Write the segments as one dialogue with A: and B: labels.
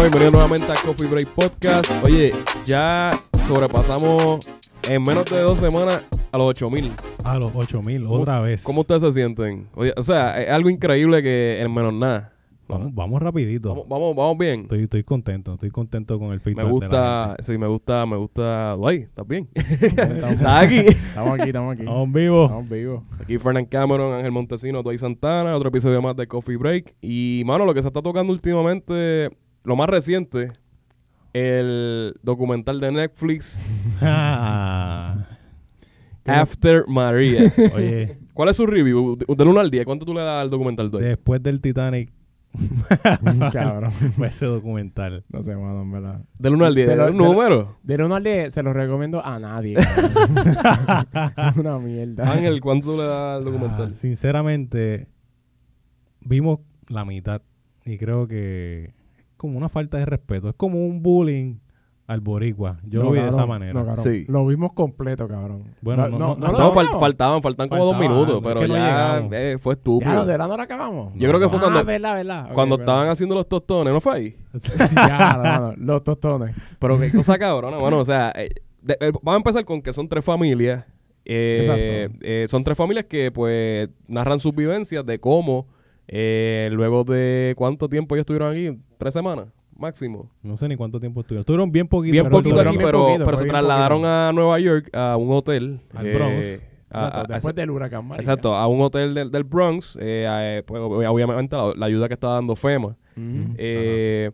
A: bienvenidos nuevamente a Coffee Break Podcast. Oye, ya sobrepasamos en menos de dos semanas a los 8000.
B: A los 8000,
A: ¿Cómo-
B: otra vez.
A: ¿Cómo ustedes se sienten? Oye, o sea, es algo increíble que en menos nada.
B: Vamos, vamos rapidito.
A: Vamos, vamos, vamos bien.
B: Estoy, estoy contento, estoy contento con el
A: Me
B: feedback de la
A: gusta,
B: gente.
A: sí, me gusta, me gusta. Uy, ¿estás bien?
C: Estamos,
A: Estás aquí.
C: estamos aquí, estamos aquí.
B: Estamos vivos.
C: Estamos vivos.
A: Aquí Fernán Cameron, Ángel Montesino, Toy Santana, otro episodio más de Coffee Break. Y, mano, lo que se está tocando últimamente, lo más reciente, el documental de Netflix,
B: Ah.
A: After Maria.
B: Oye,
A: ¿Cuál es su review? De- Del 1 al 10, ¿cuánto tú le das al documental, Toy?
B: después del Titanic
A: Mm,
C: Cabrón.
B: fue ese documental.
C: No sé, mano, en verdad.
A: Del 1 al 10,
C: Se lo-
A: ¿un
C: se lo-
A: número?
C: Del 1 al 10 se los recomiendo a nadie. cabrón. Una mierda.
A: Ángel, ¿cuánto tú le das al documental?
B: Ah, sinceramente, vimos la mitad y creo que es como una falta de respeto. Es como un bullying al boricua. Yo
C: No,
B: lo vi de esa
C: cabrón,
B: manera.
C: No, cabrón.
A: Sí.
C: Lo vimos completo, cabrón.
B: Bueno, no- no-
C: lo
B: no,
A: No, fal-
C: acabamos.
A: faltaban, faltaban como dos
B: Faltaban,
A: minutos,
B: es
A: pero
B: que no
A: ya
B: llegamos.
A: eh, fue
C: Ya,
A: estúpido.
C: lo de la no la acabamos.
A: Yo creo que fue
C: Ah,
A: cuando-
C: verdad, verdad. Ok,
A: Cuando
C: verdad.
A: estaban haciendo los tostones, ¿no fue ahí?
C: ya, mano, los tostones.
A: Pero qué cosa cabrona, mano. O sea, eh, de- eh, vamos a empezar con que son tres familias. Eh,
C: Exacto.
A: eh, son tres familias que pues narran sus vivencias de cómo eh, luego de cuánto tiempo ellos estuvieron aquí, tres semanas máximo.
B: no sé ni cuánto tiempo estuvieron. Estuvieron bien poquito.
A: Bien
C: Pero
A: poquito
C: tuvieron
A: aquí,
C: bien
A: pero,
C: poquito,
A: pero
C: fue
A: se
C: bien
A: trasladaron
C: poquito.
A: a Nueva York a un hotel.
B: Al
A: eh, a-
B: Bronx.
C: Exacto,
A: a- a-
C: después del huracán, marica.
A: ah, Exacto, a un hotel del, del Bronx, eh, a, eh, pues, ob- obviamente la, la ayuda que está dando FEMA.
C: Ujú.
A: Eh,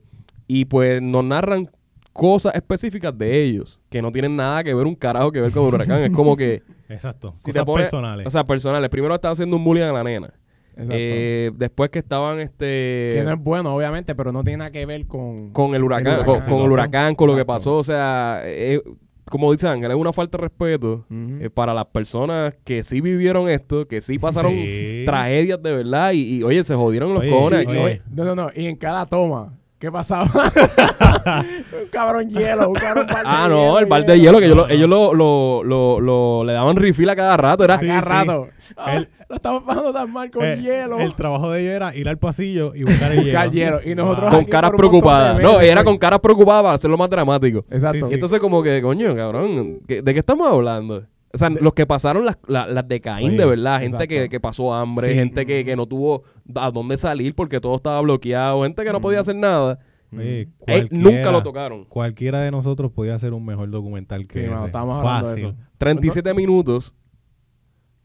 A: y pues nos narran cosas específicas de ellos, que no tienen nada que ver un carajo que ver con el huracán. es como que...
B: Exacto.
A: si te
B: cosas
A: pones-
B: personales.
A: O sea, personales. Primero estaba haciendo un bullying a la nena.
C: Exacto.
A: Eh, después que estaban este
C: que no es bueno, obviamente, pero no tiene nada que ver con...
A: con el huracán, con,
C: El huracán,
A: con el
C: situación.
A: huracán, con lo que
C: Exacto.
A: pasó. O sea, eh, como dice Ángel, es una falta de respeto
C: Ujú.
A: eh, para las personas que sí vivieron esto, que sí pasaron
B: Sí.
A: tragedias de verdad y, y, oye, se jodieron los
B: Oye,
A: cojones.
B: oye,
A: Y-
B: oye.
C: No, no, no. Y en cada toma, ¿qué pasaba? un cabrón hielo, un cabrón balde
A: Ah,
C: de
A: no,
C: hielo,
A: el balde de hielo que yo lo-
B: No, no.
A: ellos lo, lo, lo, lo- le daban refill a cada rato. Era,
C: A cada
B: Sí, sí.
C: rato. Ah,
B: El-
C: lo estamos pasando tan mal con
B: Eh,
C: hielo.
B: El trabajo de ellos era ir al pasillo y buscar el
C: Buscar
B: hielo.
C: hielo. Y nosotros-
A: con
C: aquí
A: caras
C: por un montón de
A: preocupadas.
C: veces,
A: No, era
C: güey.
A: con caras preocupadas para hacerlo más dramático.
C: Exacto.
A: Y entonces como que, coño, cabrón, ¿qué- ¿de qué estamos hablando? O sea, los que pasaron las, la- las de Caín,
B: Oye,
A: de verdad, gente que,
C: exacto.
A: que pasó hambre,
B: Sí.
A: gente que, que no tuvo a dónde salir porque todo estaba bloqueado, gente que no podía hacer nada.
B: Oye,
A: Eh,
B: cualquiera-
A: nunca lo tocaron.
B: Cualquiera de nosotros podía hacer un mejor documental que
C: Sí,
B: ese.
C: mano, estábamos hablando de
B: Fácil.
C: eso.
A: 37 minutos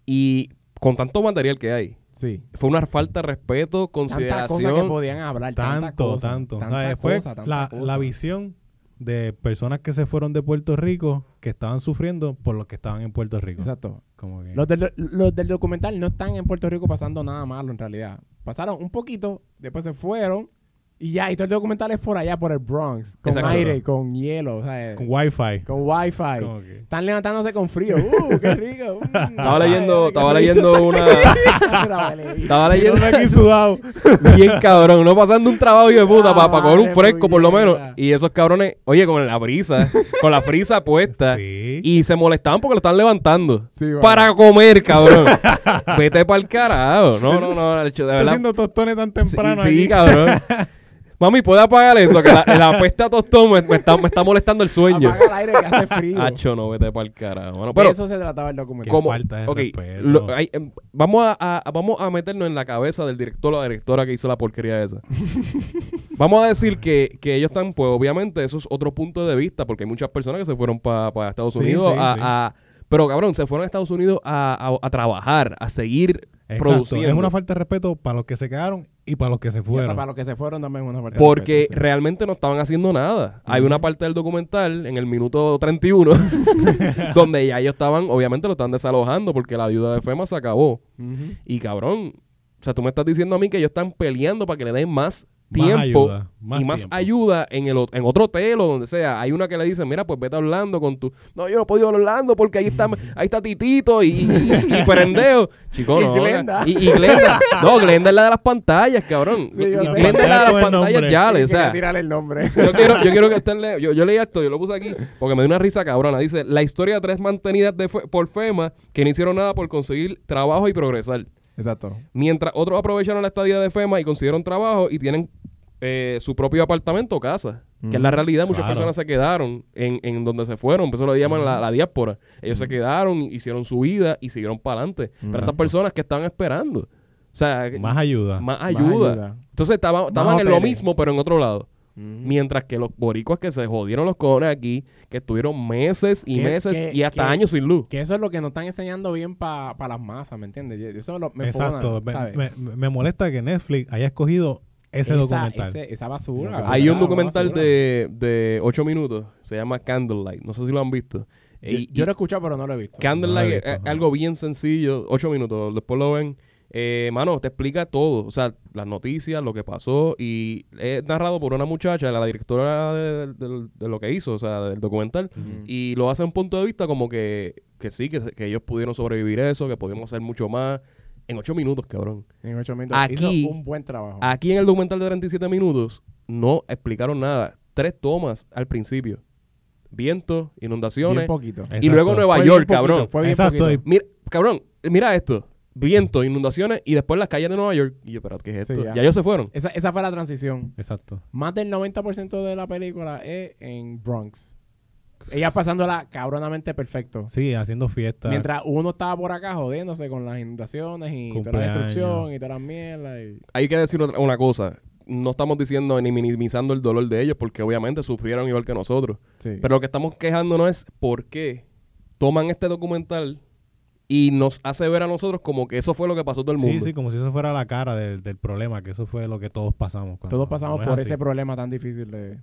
A: y con tanto material que hay.
C: Sí.
A: Fue una falta de respeto,
C: Tantas cosas que
A: consideración.
C: podían hablar. tantas
B: Tanto,
C: cosas,
B: tanto.
C: tantas
B: ¿Sabes? Fue
C: cosas, tantas
B: la,
C: cosas.
B: la visión de personas que se fueron de Puerto Rico que estaban sufriendo por los que estaban en Puerto Rico.
C: Exacto.
B: Como que-
C: Los del, los del documental no están en Puerto Rico pasando nada malo en realidad. Pasaron un poquito, después se fueron y ya. Y todo el documental es por allá, por el Bronx. Con
A: Exacto.
C: aire, con hielo, o sea, eh,
B: con wifi.
C: con wifi.
B: Como que-
C: Están levantándose con frío. ¡Uh, qué rico! Mm.
A: Estaba
C: Ay,
A: leyendo,
C: qué
A: estaba
C: rico.
A: leyendo una...
C: Mira, huele bien.
A: Estaba leyendo
B: Yo aquí sudado.
A: bien cabrón, no pasando un trabajo hijo de puta para comer un
C: Madre
A: fresco por lo menos.
C: puñeta.
A: Y esos cabrones, oye, con la brisa, con la frisa puesta.
B: Sí.
A: Y se molestaban porque lo estaban levantando.
C: Sí, vale.
A: Para comer, cabrón. Vete para el carajo. No, no, no, de
B: Está
A: verdad.
B: haciendo tostones tan
A: Sí,
B: temprano
A: sí,
B: aquí.
A: cabrón. Mami, ¿puedo apagar eso? Que la, la pesta tostón me, me está, me está molestando el sueño.
C: Apaga el aire que hace frío.
A: Hacho, no, vete para el carajo. mano.
C: De
A: pero,
C: eso se trataba el documental.
A: como,
B: falta de
A: ok,
B: respeto.
A: lo- hay- em, vamos, a, a- vamos a meternos en la cabeza del director o la directora que hizo la porquería esa. vamos a decir que, que ellos están, pues obviamente, eso es otro punto de vista, porque hay muchas personas que se fueron para Estados
B: Sí,
A: Unidos
B: sí,
A: a,
B: sí.
A: a- Pero cabrón, se fueron a Estados Unidos a, a- a trabajar, a seguir
B: Exacto.
A: produciendo.
B: Es una falta de respeto para los que se quedaron y para los que se
C: Y hasta
B: fueron.
C: para los que se fueron también es una parte de
A: Porque
C: respeto, sí.
A: realmente no estaban haciendo nada. Hay una parte del documental, en el minuto 31, donde ya ellos estaban, obviamente lo están desalojando porque la ayuda de FEMA se acabó.
C: Ujú.
A: Y cabrón, o sea, tú me estás diciendo a mí que ellos están peleando para que le den más
B: Más
A: tiempo
B: ayuda, más
A: y más
B: tiempo.
A: ayuda en el o- en otro hotel o donde sea. Hay una que le dice, mira, pues vete a Orlando con tu... No, yo no puedo ir a Orlando porque ahí está, ahí está Titito y, y, y Perendeo. Chico,
C: Y
A: no.
C: Glenda.
A: Y, y Glenda. No, Glenda es la de las pantallas, cabrón.
C: Sí, yo sé.
A: Glenda es la de
B: Con
A: las
B: el
A: pantallas
B: nombre.
A: yales, o
C: Quería
A: sea.
C: tirarle el nombre.
A: Yo quiero, yo quiero que estén le- yo, yo leí esto, yo lo puse aquí, porque me dio una risa cabrona. Dice, la historia de tres mantenidas de fe- por FEMA que no hicieron nada por conseguir trabajo y progresar.
C: Exacto.
A: Mientras otros aprovecharon la estadía de FEMA y consiguieron trabajo y tienen eh, su propio apartamento o casa, que es la realidad. Muchas
B: Claro.
A: personas se quedaron en, en donde se fueron, por eso lo llaman la, la diáspora. Ellos se quedaron, hicieron su vida y siguieron para adelante. Pero estas
B: Exacto.
A: personas que estaban esperando, o sea, que-
B: Más ayuda.
A: más ayuda.
C: ayuda.
A: Entonces estaba- estaban en lo
C: hoteles.
A: mismo, pero en otro lado.
C: Ujú.
A: Mientras que los boricuas que se jodieron los cojones aquí, que estuvieron meses y
C: Que-
A: meses
C: que-
A: y hasta
C: que-
A: años sin luz.
C: Que eso es lo que nos están enseñando bien para las masas, ¿me entiendes? Y Eso lo- me
B: Exacto.
C: fogona,
B: Me,
C: ¿sabes?
B: me- me molesta que Netflix haya escogido ese
C: Esa-
B: documental.
C: ese- esa
B: Pues
C: basura.
A: Hay un
C: ¿verdad?
A: documental
C: Basura.
A: de, de 8 minutos, se llama Candlelight, no sé si lo han visto.
C: Yo,
A: Y-
C: yo
A: y
C: lo he escuchado, pero no lo he visto.
A: Candlelight
B: No lo he
A: es-
B: visto,
A: es
B: no.
A: algo bien sencillo, 8 minutos, después lo ven. Eh, mano, te explica todo, o sea, las noticias, lo que pasó y es narrado por una muchacha, la directora de, de- de lo que hizo, o sea, del documental, y lo hace a un punto de vista como que, que sí, que, que ellos pudieron sobrevivir eso, que podíamos hacer mucho más en 8 minutos, cabrón.
C: En ocho minutos. Hizo
A: Aquí-
C: un buen trabajo.
A: Aquí en el documental de 37 minutos no explicaron nada. Tres tomas al principio. Vientos,
C: bien
A: inundaciones.
C: poquito.
A: y luego
B: Exacto.
A: Nueva
C: Fue bien
A: York,
C: poquito,
A: cabrón.
C: Fue bien
B: Exacto,
C: poquito.
B: y-
A: Mira, cabrón, mira esto. Vientos, inundaciones y después las calles de Nueva York. Y yo, pero ¿qué es esto?
C: Sí,
A: ya.
C: ya.
A: ellos se fueron.
C: Esa, esa fue la transición.
B: Exacto.
C: Más del 90% de la película es en Bronx. Ella pasándola cabronamente perfecto.
B: Sí, haciendo fiestas.
C: Mientras uno estaba por acá jodiéndose con las inundaciones y toda la
B: Cumpleaños.
C: destrucción y toda la mierda. y-
A: Hay que decir otra- una cosa. No estamos diciendo ni minimizando el dolor de ellos porque obviamente sufrieron igual que nosotros.
C: Sí.
A: Pero lo que estamos quejándonos es por qué toman este documental y nos hace ver a nosotros como que eso fue lo que pasó a todo el mundo.
B: Sí, sí, como si eso fuera la cara del, del problema, que eso fue lo que todos pasamos. cuando-
C: Todos pasamos
B: no es
C: por
B: así.
C: ese problema tan difícil de...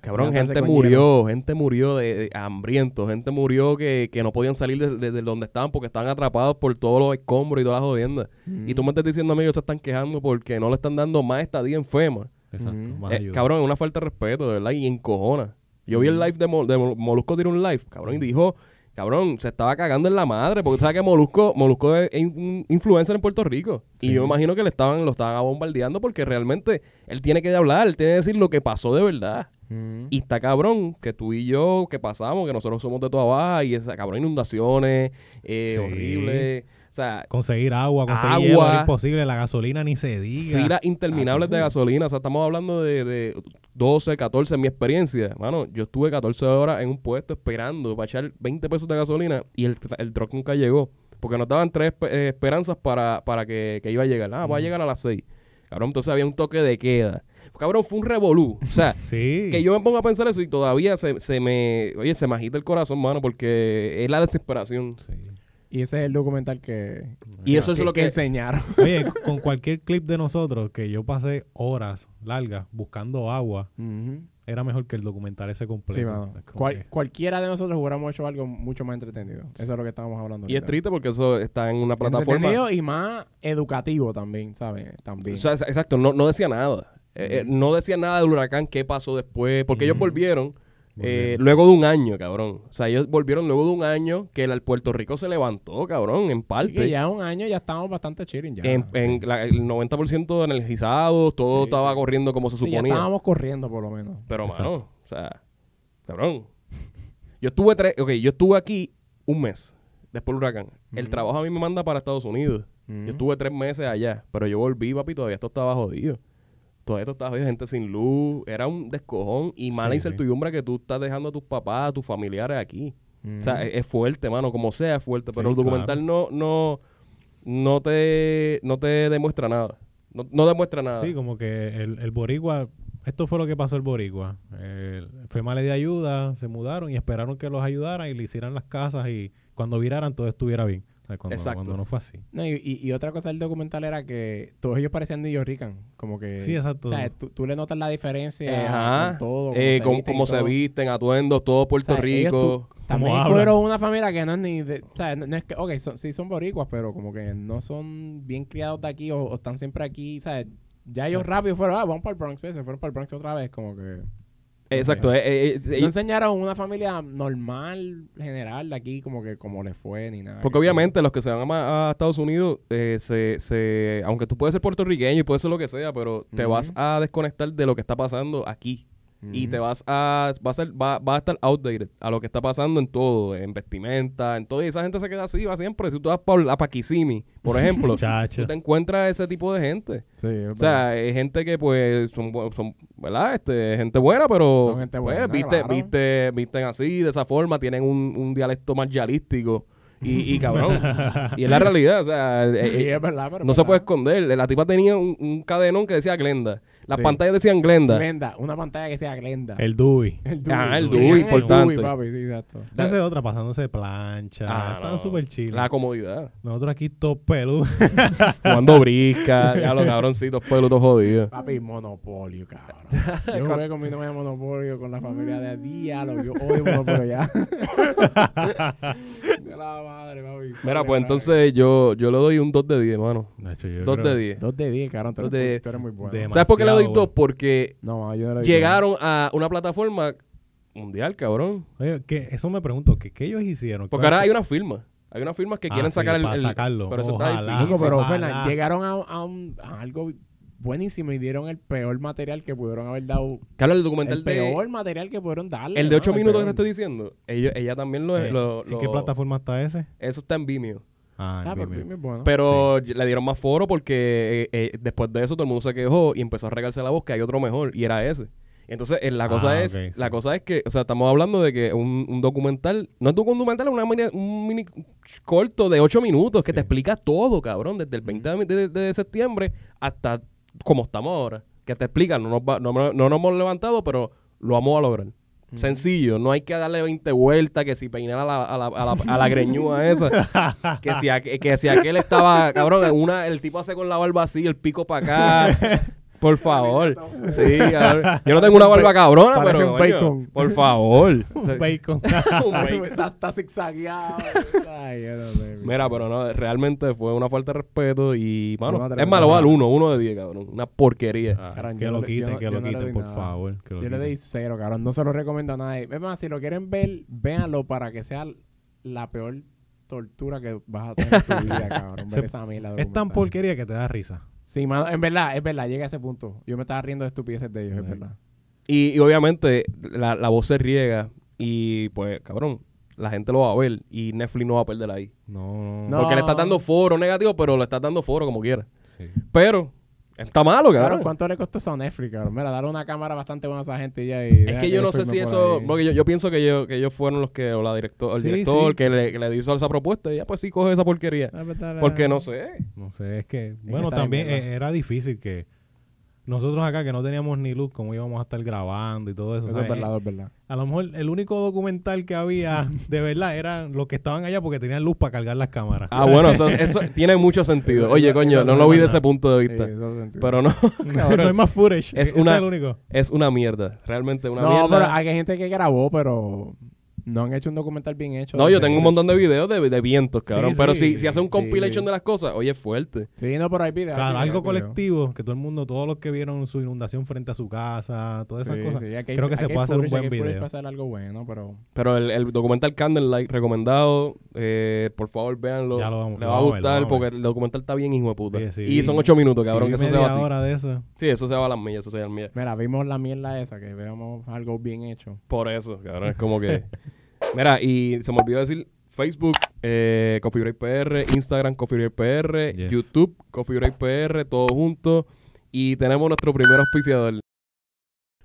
A: Cabrón,
C: Levantarse
A: gente
C: con
A: murió, gente murió de, de hambrientos, gente murió que, que no podían salir de, de- de donde estaban porque estaban atrapados por todos los escombros y todas las jodiendas. Y
B: Mm.
A: tú me estás diciendo, amigo, se están quejando porque no le están dando más estadía enferma.
B: Exacto,
C: Ujú.
B: más
A: Eh,
B: ayuda. Mm.
A: cabrón, es una falta de respeto, de verdad, y encojona. Yo vi el live de, Mo- de Mo- Molusco tiró un live, cabrón, y dijo, cabrón, se estaba cagando en la madre, porque tú sabes que Molusco, Molusco es in- un influencer en Puerto Rico. Y
B: Sí,
A: yo me
B: sí.
A: imagino que le estaban, lo estaban bombardeando porque realmente él tiene que hablar, él tiene que decir lo que pasó de verdad.
C: Ujú.
A: Y está cabrón que tú y yo que pasamos, que nosotros somos de toda baja y esa cabrón inundaciones, eh,
B: Sí.
A: horrible. O sea,
B: Conseguir agua, conseguir
A: Agua.
B: hielo era imposible, la gasolina ni se diga.
A: filas interminables
B: Ah, tú
A: de
B: sí.
A: gasolina. O sea, estamos hablando de, de 12, 14, en mi experiencia. Mano, yo estuve 14 horas en un puesto esperando para echar 20 pesos de gasolina y el, tra- el truck nunca llegó. Porque nos daban tres espe- eh, esperanzas para, para que, que iba a llegar. Ah, va a llegar a las 6. Cabrón, entonces había un toque de queda. Cabrón, fue un revolú. O sea,
B: Sí.
A: Que yo me pongo a pensar eso y todavía se, se me... Oye, se me agita el corazón, mano, porque es la desesperación.
B: Sí.
C: Y ese es el documental que,
A: Y eso es
C: que-
A: lo que...
C: enseñaron.
B: Oye, con cualquier clip de nosotros, que yo pasé horas largas buscando agua,
C: Ujú.
B: era mejor que el documental ese completo.
C: Sí, mano.
B: Es como
C: Cual-
B: que-
C: cualquiera de nosotros hubiéramos hecho algo mucho más entretenido. Eso es lo que estábamos hablando.
A: Y es
C: ahorita.
A: triste porque eso está en una plataforma...
C: Entretenido y más educativo también, ¿sabes? También.
A: O sea, es- exacto, no, no decía nada. Eh, eh, no decía nada del huracán, qué pasó después, porque ellos volvieron... eh,
B: Volvieron, sí.
A: luego de un año, cabrón. O sea, ellos volvieron luego de un año que el, el Puerto Rico se levantó, cabrón, en
C: Así que
A: parte.
C: ya un año ya estábamos bastante chilling ya.
A: en, en la- el 90% energizados, todo
C: Sí,
A: estaba
C: sí.
A: corriendo como se
C: Sí, ya
A: suponía.
C: estábamos corriendo por lo menos.
A: Pero, mano,
B: Exacto.
A: o sea, cabrón. Yo estuve tres, ok, yo estuve aquí un mes después del huracán. El trabajo a mí me manda para Estados Unidos.
C: Ujú.
A: Yo estuve tres meses allá, pero yo volví, papi, todavía esto estaba jodido. Todavía esto estaba jodido, gente sin luz. Era un descojón y mala
B: Sí,
A: incertidumbre que tú estás dejando a tus papás, a tus familiares aquí.
C: Ujú.
A: O sea, e, es, es fuerte, mano, como sea, es fuerte. Pero
B: Sí,
A: el documental no, no, no, te, no te demuestra nada. No, no demuestra nada.
C: Ah.
B: Sí, como que el, el boricua, esto fue lo que pasó al boricua. El- fue mala de ayuda, se mudaron y esperaron que los ayudaran y le hicieran las casas y cuando viraran todo estuviera bien. O sea, cuando,
A: Exacto.
B: cuando no fue así.
C: No, y, y- y otra cosa del documental era que todos ellos parecían New Yorkan. Como que.
B: Sí, exacto.
C: O sea, tú, tú le notas la diferencia.
A: Ajá.
C: con todo.
A: Eh, cómo,
C: visten y
A: cómo se
C: todo.
A: visten, atuendos, todo Puerto
C: O sea, ellos
A: Rico.
C: tu- también
B: hablan.
C: fueron una familia que no es ni. de- o sea, no, no es que. Ok, son- sí son boricuas, pero como que no son bien criados de aquí o, o están siempre aquí. ¿sabes? Ya ellos rápido fueron, ah, vamos para el Bronx, pues, se fueron para el Bronx otra vez. Como que.
A: Exacto. eh, eh, eh,
C: no
A: ellos-
C: enseñaron una familia normal, general de aquí, como que como les fue ni nada.
A: porque
C: que sea.
A: obviamente los que se van a, ma- a Estados Unidos, eh, se, se- aunque tú puedes ser puertorriqueño y puedes ser lo que sea, pero te
C: Ujú.
A: vas a desconectar de lo que está pasando aquí. y te vas a va a ser va, va a estar outdated a lo que está pasando en todo en vestimenta en todo y esa gente se queda así va siempre si tú vas para Paquisimi por ejemplo
B: Chacho.
A: tú te encuentras ese tipo de gente
C: Sí, es
A: o sea hay gente que pues son bu- son verdad este gente buena pero
C: Son gente
A: pues,
C: buena,
A: viste
C: claro.
A: viste visten así de esa forma tienen un, un dialecto más yalístico y, y cabrón y es la realidad o sea eh, eh,
C: Y es verdad, pero
A: no se
C: verdad.
A: puede esconder. La tipa tenía un, un cadenón que decía Glenda. Las
C: Sí.
A: pantallas decían Glenda.
C: Glenda, una pantalla que sea Glenda.
B: El Dewey.
C: Dewey.
A: Ah, el
C: Tiene
A: Dewey,
C: que ser
A: importante.
C: Dewey, papi, sí, exacto.
A: La-
B: Esa es otra, pasándose de plancha.
A: Ah,
B: Están
A: no.
B: súper chill.
A: La comodidad.
B: Nosotros aquí top pelú.
A: Jugando brisca, ya los cabroncitos peludos jodidos.
C: Papi, Monopolio, cabrón. Yo jugué con mi novia Monopolio, con la familia
A: Mm.
C: de Diablo. Yo odio Monopolio ya. de la madre, papi.
A: Mira, pues entonces yo, yo le doy un 2 de 10, mano.
B: Nacho, yo
A: 2
B: creo-
A: de 10.
C: Dos de 10, cabrón. Tú
A: Dos
C: eres,
A: de
C: muy-
A: diez.
C: tú eres muy bueno.
B: Demasiado
A: ¿Sabes por qué le doy 2?
B: bueno.
A: Porque
C: No, mamá, yo no lo digo.
A: llegaron a una plataforma mundial, cabrón.
B: Oye, ¿qué? eso me pregunto, ¿qué, qué ellos hicieron?
A: Porque ahora hay una firma. Hay unas firmas que
B: Ah,
A: quieren
B: sí,
A: sacar el,
B: para
A: el-
B: sacarlo.
A: Pero eso
B: Ojalá.
A: está
C: Loco,
A: difícil.
C: pero
B: Ojalá.
C: Fernan, llegaron a, a un- a algo buenísimo y dieron el peor material que pudieron haber dado.
A: Carlos, el
C: El,
A: documental de.
C: peor material que pudieron darle.
A: El de 8
C: mano, el
A: minutos que te estoy
C: peor.
A: diciendo. Ella, ella también lo.
B: Eh,
A: lo-
B: ¿En qué
A: lo-
B: plataforma está ese?
A: Eso está en Vimeo.
B: Ah, en
C: Ah, pero
B: Vimeo.
C: es bueno.
A: Pero le dieron más foro porque eh, eh, después de eso todo el mundo se quejó y empezó a regarse la voz que hay otro mejor y era ese. Entonces, eh, la cosa
B: Ah,
A: es,
B: ok, sí.
A: la cosa es que, o sea, estamos hablando de que un, un documental, no es un documental, es una mini- un mini corto de ocho minutos que te explica todo, cabrón, desde el 20 de, de- de septiembre hasta como estamos ahora, que te explica, no nos, va- no, no- no nos hemos levantado, pero lo vamos a lograr. Sencillo, no hay que darle 20 vueltas, que si peinar a la, a la, a la, a la greñúa esa, que si, aqu- eh, que si aquel estaba, cabrón, en una, el tipo hace con la barba así, el pico para acá. Por favor. Sí, cabrón. Yo no tengo una barba cabrona,
C: Parece
A: pero.
C: un
A: coño,
C: bacon.
A: Por favor.
B: Un bacon.
A: Un
C: Ah, sí,
A: bacon.
C: Está, está zigzagueado. Ay, yo no sé.
A: Mira, pero no, realmente fue una falta de respeto y,
C: Fue
A: mano,
C: una
A: es malo,
C: tremenda-
A: al uno, uno de diez, cabrón. Una porquería.
B: Ah,
C: Cabrón,
B: que
C: yo
B: lo
C: no le- yo
B: quiten,
C: no-
B: que
C: yo
B: lo
C: no le doy
B: quiten, por
C: nada.
B: favor. que lo
C: Yo le doy
B: quiten.
C: cero, cabrón. No se lo recomiendo a nadie. Es más, si lo quieren ver, véanlo para que sea la peor tortura que vas a tener en tu vida, cabrón. Ver
B: Se-
C: esa mierda
B: Es tan
C: documental.
B: porquería que te da risa.
C: Sí, mano, es verdad, es verdad. Llega a ese punto. Yo me estaba riendo de estupideces de ellos, es
B: Sí.
C: verdad.
A: Y, y obviamente la, la voz se riega y, pues, cabrón, la gente lo va a ver y Netflix no va a perder ahí.
B: No,
C: No.
A: Porque le está dando foro negativo, pero le está dando foro como quiera.
B: sí.
A: Pero está malo,
C: Claro,
A: cabrón.
C: ¿cuánto le costó eso a Netflix, cabrón? Mira, darle una cámara bastante buena a esa gente ya y
A: es que yo no sé si eso, porque yo, yo pienso que, yo, que ellos fueron los que, o la director, el
B: Sí,
A: director
B: sí.
A: que le, que le hizo esa propuesta, y ya pues sí coge esa porquería.
C: Ah, pues,
A: Porque no sé.
B: No sé, es que, bueno,
C: está bien,
B: también
C: ¿verdad?
B: eh, era difícil que nosotros acá que no teníamos ni luz, cómo íbamos a estar grabando y todo eso.
C: Eso es
B: ¿sabes?
C: verdad, es verdad.
B: A lo mejor el único documental que había de verdad eran los que estaban allá porque tenían luz para cargar las cámaras.
A: Ah, bueno, eso, eso tiene mucho sentido. Oye, coño, no lo vi de ese punto de
C: Sí,
A: vista.
C: eso se entiende.
A: Pero no,
B: no hay
A: cabrón.
B: más footage.
A: Es
B: Es
A: una-
B: es el único.
A: Es una mierda. Realmente una
C: no, pero
A: mierda.
C: hay gente que grabó, pero no han hecho un documental bien hecho.
A: No, yo
C: de-
A: tengo un montón de videos de, de vientos, cabrón.
B: Sí,
A: pero
B: sí,
A: si, si hace un
B: sí.
A: compilation de las cosas, oye, es fuerte.
C: Sí, no, pero hay videos. hay
B: Claro, algo
C: videos, hay videos.
B: colectivo, que todo el mundo, todos los que vieron su inundación frente a su casa, todas esas
C: Sí,
B: cosas.
C: sí, aquí hay-
B: creo que se
C: aquí hay
B: puede hacer un
C: footage,
B: buen
C: aquí hay footage
B: video.
C: para hacer algo bueno, pero...
A: Pero el, el documental Candlelight, recomendado, eh, por favor, véanlo.
B: Ya lo vamos-
A: Le
B: lo
A: va a
B: vamos a ver, lo
A: gustar
B: vamos a
A: porque
B: ver.
A: el documental está bien, hijo de puta.
B: Sí, sí,
A: y
B: vi-
A: son ocho minutos, cabrón,
B: Sí,
A: que eso se
B: media
A: va así.
B: hora de eso.
A: Sí, eso se va a las millas, eso se va a las millas.
C: Mira, vimos la mierda esa, que veamos algo bien hecho.
A: Por eso, cabrón, es como que... Mira, y se me olvidó decir Facebook, eh, Coffee Break PR, Instagram, Coffee Break PR,
B: Yes.
A: YouTube, Coffee Break PR, todo junto. Y tenemos nuestro primer auspiciador.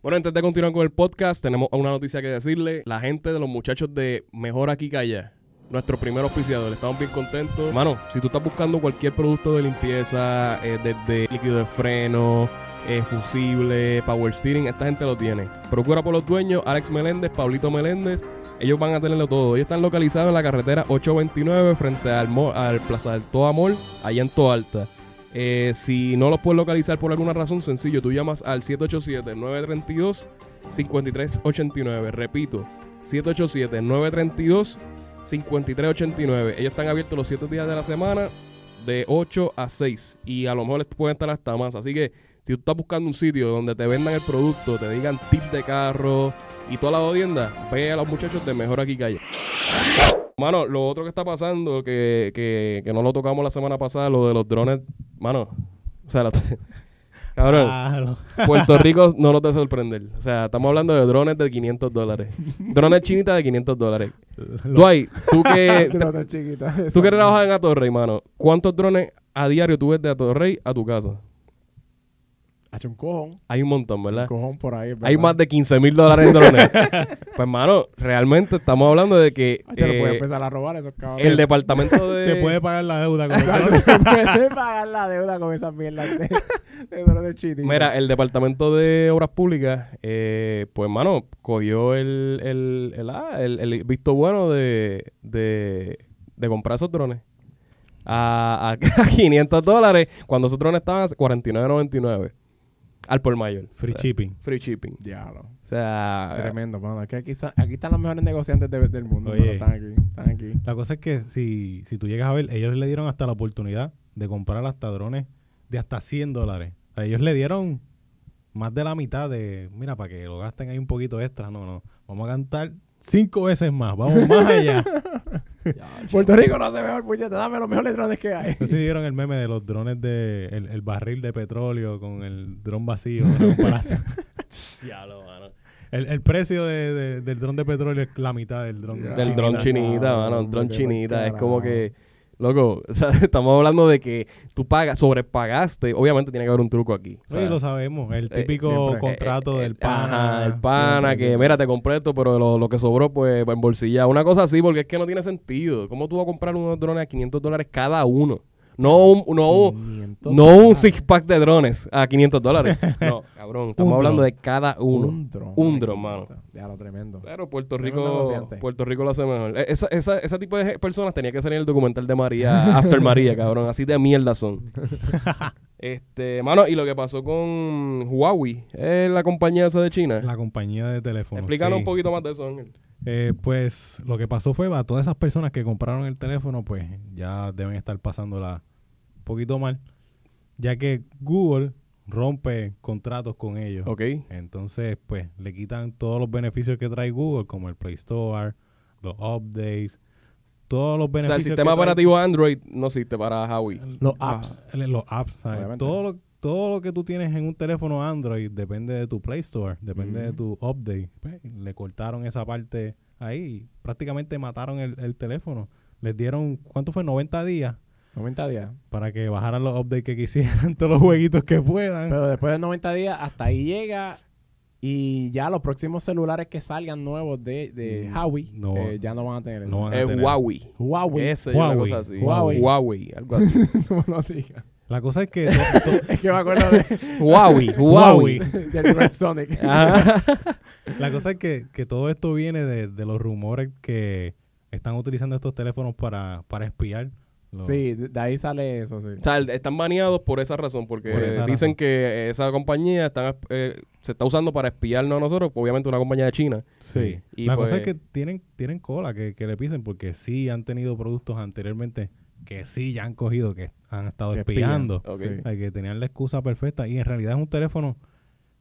A: Bueno, antes de continuar con el podcast, tenemos una noticia que decirle. La gente de los muchachos de Mejor Aquí que Allá, nuestro primer auspiciador, estamos bien contentos. Mano, si tú estás buscando cualquier producto de limpieza, eh, desde líquido de freno, eh, fusible, power steering, esta gente lo tiene. Procura por los dueños, Alex Meléndez, Pablito Meléndez. Ellos van a tenerlo todo. Ellos están localizados en la carretera 829 frente al, mall- al Plaza del Todo Amor, allá en Toalta. Eh, si no los puedes localizar por alguna razón, sencillo, tú llamas al 787-932-5389. Repito, 787-932-5389. Ellos están abiertos los 7 días de la semana, de 8 a 6. Y a lo mejor les pueden estar hasta más. Así que si tú estás buscando un sitio donde te vendan el producto, te digan tips de carro y toda la odienda, ve a los muchachos de Mejor Aquí Calle. Mano, lo otro que está pasando, que, que, que no lo tocamos la semana pasada, lo de los drones, mano, o sea, la- Cabrón,
B: Ah, lo-
A: Puerto Rico no lo te sorprender. O sea, estamos hablando de drones de 500 dólares. Drones chinitas de 500 dólares.
B: lo-
A: Dwight, tú que,
C: Drones chiquitas.
A: Este tú que trabajas en Atorrey, mano, ¿cuántos drones a diario tú ves de Atorrey a tu casa?
C: Hace un cojón.
A: Hay un montón,
C: Un
A: ¿verdad?
C: cojón por ahí.
A: Hay más de 15 mil dólares en drones. pues, hermano, realmente estamos hablando de que
C: Se lo
A: eh,
C: puede empezar a robar a esos cabrones.
A: el departamento de...
B: pues, eh, Se puede pagar la deuda con el
C: Claro, se puede pagar la deuda con esas mierdas de, de drones chiquitas.
A: Mira, eh, el departamento de obras públicas, eh, pues, mano, cogió el, el, el, ah, el- el visto bueno de, de, de comprar esos drones a, a- a 500 dólares cuando esos drones estaban a 49.99 al por mayor.
B: Free
A: O sea,
B: shipping.
A: Free shipping.
C: Diablo.
A: O sea,
C: Tremendo, mano. Es que aquí, están- aquí están los mejores negociantes de- del mundo.
B: Oye.
C: pero están aquí. Están aquí.
B: La cosa es que si, si tú llegas a ver, ellos le dieron hasta la oportunidad de comprar hasta drones de hasta 100 dólares. O sea, ellos le dieron más de la mitad de, mira, para que lo gasten ahí un poquito extra. No, no. Vamos a cantar cinco veces más. Vamos más allá.
C: Puerto Rico no se ve el puñete. Dame los mejores drones que hay.
B: No sé si vieron el meme de los drones de el, el barril de petróleo con el dron vacío. la comparación.
A: Diablo, mano.
B: el, el precio de- de- del dron de petróleo es la mitad del dron.
C: Del
A: Del dron
B: chinita.
A: chinita,
C: Claro,
A: mano, un dron
C: hombre, qué
A: chinita. Es
C: carajo.
A: como que, loco, o sea, estamos hablando de que tú pagas, sobrepagaste. Obviamente tiene que haber un truco aquí. o
B: Oye,
A: sea,
B: lo sabemos. El
A: eh,
B: típico
C: siempre.
B: contrato
A: eh,
B: del
A: eh, ajá,
B: pana.
A: del pana,
B: siempre,
A: que mira, te compré esto, pero lo, lo que sobró, pues, en bolsilla. Una cosa así, porque es que no tiene sentido. ¿Cómo tú vas a comprar unos drones a 500 dólares cada uno? No un, no, un-
C: 500
A: no un
C: dólares.
A: six-pack de drones a 500 dólares. No, cabrón, estamos
B: Un
A: hablando
B: dron.
A: de cada uno.
C: Un dron.
A: Un dron, mano.
C: Ya lo tremendo.
A: Pero Puerto
C: Tremendo
A: Rico,
C: negociante.
A: Puerto Rico lo hace mejor. E- Esa, esa, ese tipo de je- personas tenía que salir en el documental de María, After María, cabrón. Así de mierda son. este, mano, y lo que pasó con Huawei, eh, la compañía esa de China.
B: La compañía de teléfono.
A: Explícanos
B: sí.
A: Eh. un poquito más de eso, Ángel.
B: Eh, pues lo que pasó fue, a todas esas personas que compraron el teléfono, pues ya deben estar pasándola un poquito mal, ya que Google rompe contratos con ellos.
A: Ok.
B: Entonces, pues le quitan todos los beneficios que trae Google, como el Play Store, los updates, todos los
A: O sea,
B: beneficios.
A: el sistema
B: que trae-
A: operativo Android no existe para Huawei.
C: Los
B: Ah,
C: apps.
B: el- los apps, ¿sabes?
C: Obviamente.
B: Todo lo, todo lo que tú tienes en un teléfono Android depende de tu Play Store, depende de
C: Ujú.
B: tu update. Pues, le cortaron esa parte ahí, prácticamente mataron el, el teléfono. Les dieron, ¿cuánto fue? 90 días
C: 90 días.
B: para que bajaran los updates que quisieran, todos los jueguitos que puedan.
C: Pero después de 90 días, hasta ahí llega. Y ya los próximos celulares que salgan nuevos de, de
B: Mm,
C: Huawei
B: no.
C: eh, ya no van a tener eso.
B: No van a
A: Es
B: tener.
A: Huawei.
C: Huawei.
A: Ese,
B: Huawei.
A: una cosa así.
C: Huawei.
A: Huawei, algo así.
C: no lo digas.
B: La cosa es que to- to-
C: Es que me acuerdo de,
A: Huawei, Huawei.
C: del Red Sonic.
B: Ah,
A: Ajá.
B: La cosa es que, que todo esto viene de, de los rumores que están utilizando estos teléfonos para, para espiar. los-
C: Sí, de de ahí sale eso, sí.
A: O sea, el- están baneados por esa razón, porque
B: Por esa
A: eh, dicen
B: razón.
A: que esa compañía están, eh, se está usando para espiarnos a nosotros, obviamente una compañía de China.
C: Sí.
A: Y
B: la
A: pues-
B: cosa es que tienen, tienen cola que, que le pisen porque sí han tenido productos anteriormente que sí ya han cogido, que han estado
C: Que espían.
B: espiando.
A: Ok.
C: Sí.
B: O sea, que tenían la excusa perfecta. Y en realidad es un teléfono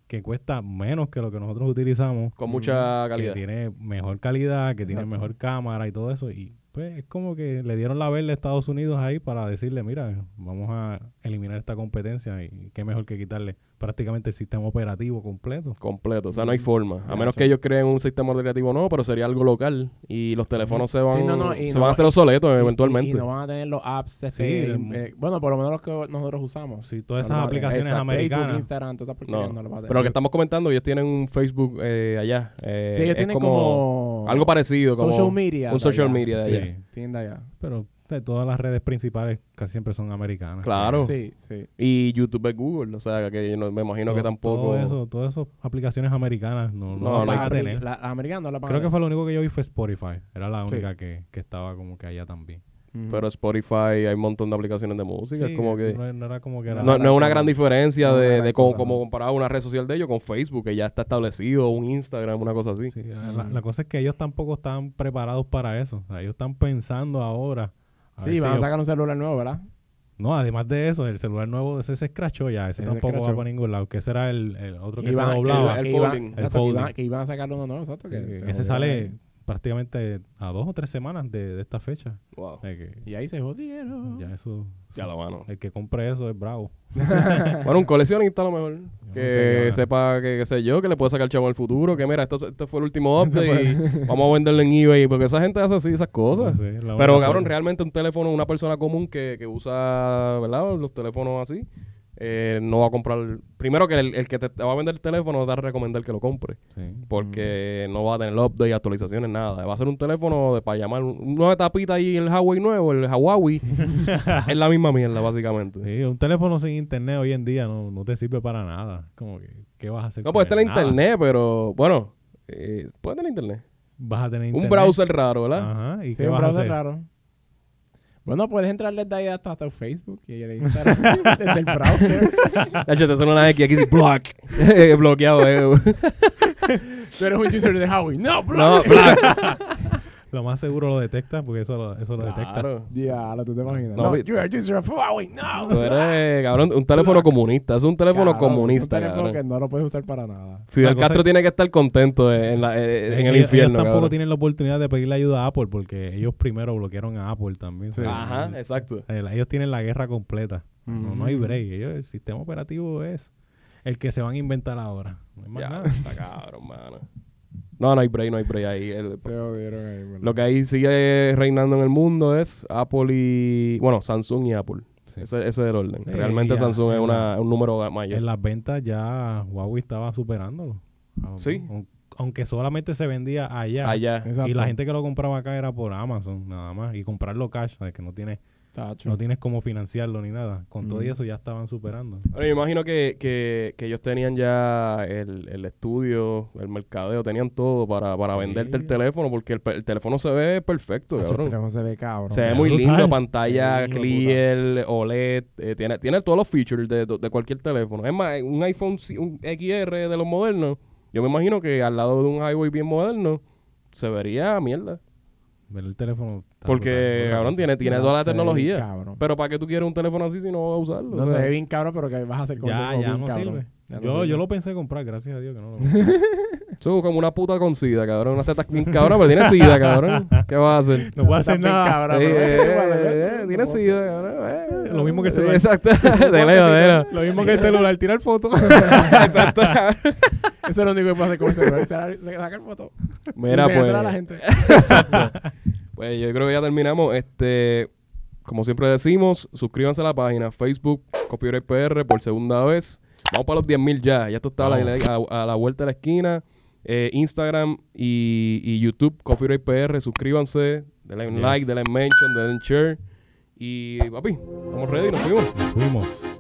B: que cuesta menos que lo que nosotros utilizamos.
A: Con mucha
B: Que
A: calidad.
B: tiene mejor calidad, que tiene
C: Exacto.
B: mejor cámara y todo eso. Y pues es como que le dieron la verde a Estados Unidos ahí para decirle, mira, vamos a eliminar esta competencia y qué mejor que quitarle prácticamente el sistema operativo completo.
A: Completo, o sea, no hay forma. A
C: Ya,
A: menos
C: sí.
A: que ellos creen un sistema operativo nuevo, pero sería algo local. Y los teléfonos se van,
C: Sí, no, no, y
A: se
C: no
A: van a
C: va-
A: hacer obsoletos
C: Y- y-
A: eventualmente.
C: Y, no van a tener los apps. este,
B: Sí, el-
C: eh, bueno, por lo menos los que nosotros usamos.
B: Si todas
C: No
B: esas
C: lo va a tener.
B: aplicaciones
A: e-, Exacto.
C: Facebook,
B: americanas...
C: Instagram, todas esas
A: No.
C: porquerías no, los va a tener.
A: Pero lo que estamos comentando, ellos tienen un Facebook eh, allá. Eh,
C: sí, ellos
A: es
C: tienen
A: como,
C: como,
A: algo parecido. Como
C: social media.
A: Un
C: de
A: social
C: allá.
A: media de
B: Sí.
A: allá.
C: Tienen de allá.
B: Pero o sea, todas las redes principales casi siempre son americanas.
A: Claro.
C: Sí, sí.
A: Y YouTube es Google, o sea, que yo no- me imagino
B: Todo-
A: que tampoco.
B: Todo eso, todas esas aplicaciones americanas no, no,
A: No,
B: las
A: no.
B: van a
C: Apri-
B: tener.
C: la- las americanas no las van
B: Creo
C: a
B: que
C: tener.
B: fue lo único que yo vi fue Spotify. Era la
C: Sí.
B: única que, que estaba como que allá también.
C: Ujú.
A: Pero Spotify, hay un montón de aplicaciones de música.
B: Sí,
A: es como que.
B: No, no era como que...
C: No,
B: era-
A: No, no es una gran diferencia
C: No, no es
A: de,
C: gran
A: de cómo,
C: cosa,
A: cómo
C: no.
A: comparar una red social de ellos con Facebook, que ya está establecido, un Instagram, una cosa así.
B: Sí, la, la-
C: Ujú.
B: la cosa es que ellos tampoco estaban preparados para eso. O sea, ellos están pensando ahora. a ver
C: Sí,
B: si
C: van a
B: ellos-
C: sacar un celular nuevo, ¿verdad?
B: No, además de eso, el celular nuevo ese se escrachó ya. Ese
C: Ese se
B: tampoco va
C: escrachó.
B: para ningún lado. Que ese era el, el otro que,
C: iban-
B: se doblaba.
A: El
C: que iban-
A: folding.
C: exacto,
B: El
C: que iban-
B: folding.
C: Que iban a sacar uno nuevo, exacto. que
B: Que
C: se
B: ese
C: jodió.
B: sale prácticamente a dos o tres semanas de, de esta fecha.
A: Wow.
B: O sea que
C: Y ahí se jodieron.
B: ya eso,
A: Ya lo mano.
B: el que compre eso es bravo.
A: Bueno, un coleccionista a lo mejor.
B: no sé,
A: Que
B: cabrón.
A: sepa que, qué sé yo, que le puede sacar chavo al futuro. Que mira, esto, este fue el último update y vamos a venderlo en eBay. Porque esa gente hace así esas cosas.
B: No sé, la
A: Pero
B: única
A: cabrón,
B: forma.
A: realmente un teléfono, una persona común que, que usa, ¿verdad? Los teléfonos así, eh, no va a comprar. Primero que el, el que te, te va a vender el teléfono te va a recomendar que lo compre.
B: Sí.
A: Porque no va a tener update, actualizaciones, nada. Va a ser un teléfono de, para llamar. un- Una tapita ahí, el Huawei nuevo, el Huawei. es la misma mierda, básicamente.
B: Sí, un teléfono sin internet hoy en día no, no te sirve para nada. Como que, ¿qué vas a hacer?
A: No,
B: con
A: pues está
B: él?
A: el
B: Nada.
A: internet, pero bueno, eh, puede tener internet.
B: Vas a tener
A: Un
B: internet.
A: browser raro, ¿verdad?
B: Ajá, ¿y
C: Sí,
B: qué
C: un
B: vas a
C: browser
B: hacer?
C: raro. Bueno, puedes entrar desde ahí hasta, hasta Facebook y el Instagram, desde el browser.
B: Ah.
A: Nacho, te suena una X, aquí dice block. Bloqueado, eh.
C: Tú eres un user de Huawei. No, bro.
A: no, block.
B: Lo más seguro lo detecta porque eso lo, eso lo detecta.
A: Claro.
C: Ya, lo tú te imaginas.
A: No,
C: No,
A: vi-
C: you are a user of Huawei. No.
A: Tú eres, cabrón, un teléfono comunista. Es un teléfono
C: Cabrón,
A: comunista,
C: Es un teléfono
A: cabrón.
C: que no lo puedes usar para nada.
A: Fidel
B: La cosa
A: Castro
B: es-
A: tiene que estar contento eh, en, la- eh, en
B: Ellos-
A: el
B: ellos
A: infierno,
B: tampoco
A: cabrón.
B: tienen la oportunidad de pedirle ayuda a Apple porque ellos primero bloquearon a Apple también. ¿sabes?
A: Ajá, exacto.
B: El- Ellos tienen la guerra completa. no, no hay
C: Ujú.
B: break. Ellos, el sistema operativo es el que se van a inventar ahora. No hay más
A: Ya,
B: nada.
A: está cabrón, mano. No, no hay break, no hay break ahí. El-
C: Se jodieron ahí, bueno.
A: lo que ahí sigue reinando en el mundo es Apple y... Bueno, Samsung y Apple.
B: Sí.
A: Ese, ese es el orden.
B: Sí,
A: Realmente
B: ya,
A: Samsung es
B: ya.
A: una, un número mayor.
B: En las ventas ya Huawei estaba superándolo. Aun-
A: Sí.
B: aun- Aunque solamente se vendía allá.
A: Allá.
C: Exacto.
B: Y la gente que lo compraba acá era por Amazon, nada más. Y comprarlo cash, ¿sabes? que no tienes,
C: Chacho.
B: no tienes cómo financiarlo ni nada. Con todo
C: Mm.
B: y eso ya estaban superando.
A: Bueno, yo imagino que, que, que ellos tenían ya el, el estudio, el mercadeo, tenían todo para, para
B: Sí.
A: venderte el teléfono, porque el, pe- el teléfono se ve perfecto,
C: Chacho, el
A: cabrón.
C: teléfono se ve cabrón.
A: Se
B: se
A: ve
B: ve
A: muy
B: brutal.
A: lindo, pantalla
C: Sí, hijo de
A: clear, OLED, eh, tiene, tiene todos los features de, de cualquier teléfono. Es más, un iPhone C- un XR de los modernos, yo me imagino que al lado de un highway bien moderno, se vería mierda.
B: Ver el teléfono. está brutal,
A: Porque,
B: otra
A: cabrón,
B: cosa.
A: tiene, tiene
C: No,
A: toda la
C: se ve
A: tecnología.
C: bien cabrón.
A: Pero ¿para qué tú quieres un teléfono así si no vas a usarlo?
C: No
A: O
C: se
A: sea,
C: ve bien cabrón, pero que vas a hacer con
B: Ya,
C: con
B: ya
C: bien
B: no
C: cabrón.
B: sirve.
C: Ya no
B: yo,
C: sirve.
B: yo lo pensé comprar, gracias a Dios que no lo
A: Eso es como una puta con sida, cabrón. Una teta bien cabrón, pero tiene sida, cabrón. ¿Qué vas a hacer?
B: No voy a
C: Está
B: hacer
C: bien
B: nada.
C: cabrón,
A: Eh,
C: pero-
A: eh, eh, tiene sida, cabrón. eh.
B: Lo mismo que se ve.
A: Exacto. De lejos, de lejos.
B: Lo mismo que el celular, tirar fotos.
A: Exacto. cabrón.
C: Eso es lo único que puedes hacer con ese celular. Se- se- Sacar fotos.
A: Mira,
C: Y enseñársela
A: pues.
C: a la gente.
A: Pues yo creo que ya terminamos. Este, como siempre decimos, suscríbanse a la página Facebook, Copyright PR por segunda vez. Vamos para los 10.000 ya. Ya esto está a la- a, a la vuelta de la esquina. Eh, Instagram y, y YouTube, Copyright PR. Suscríbanse, denle un
B: Yes.
A: like, denle mention, denle share. Y papi, estamos ready, nos fuimos.
B: Fuimos.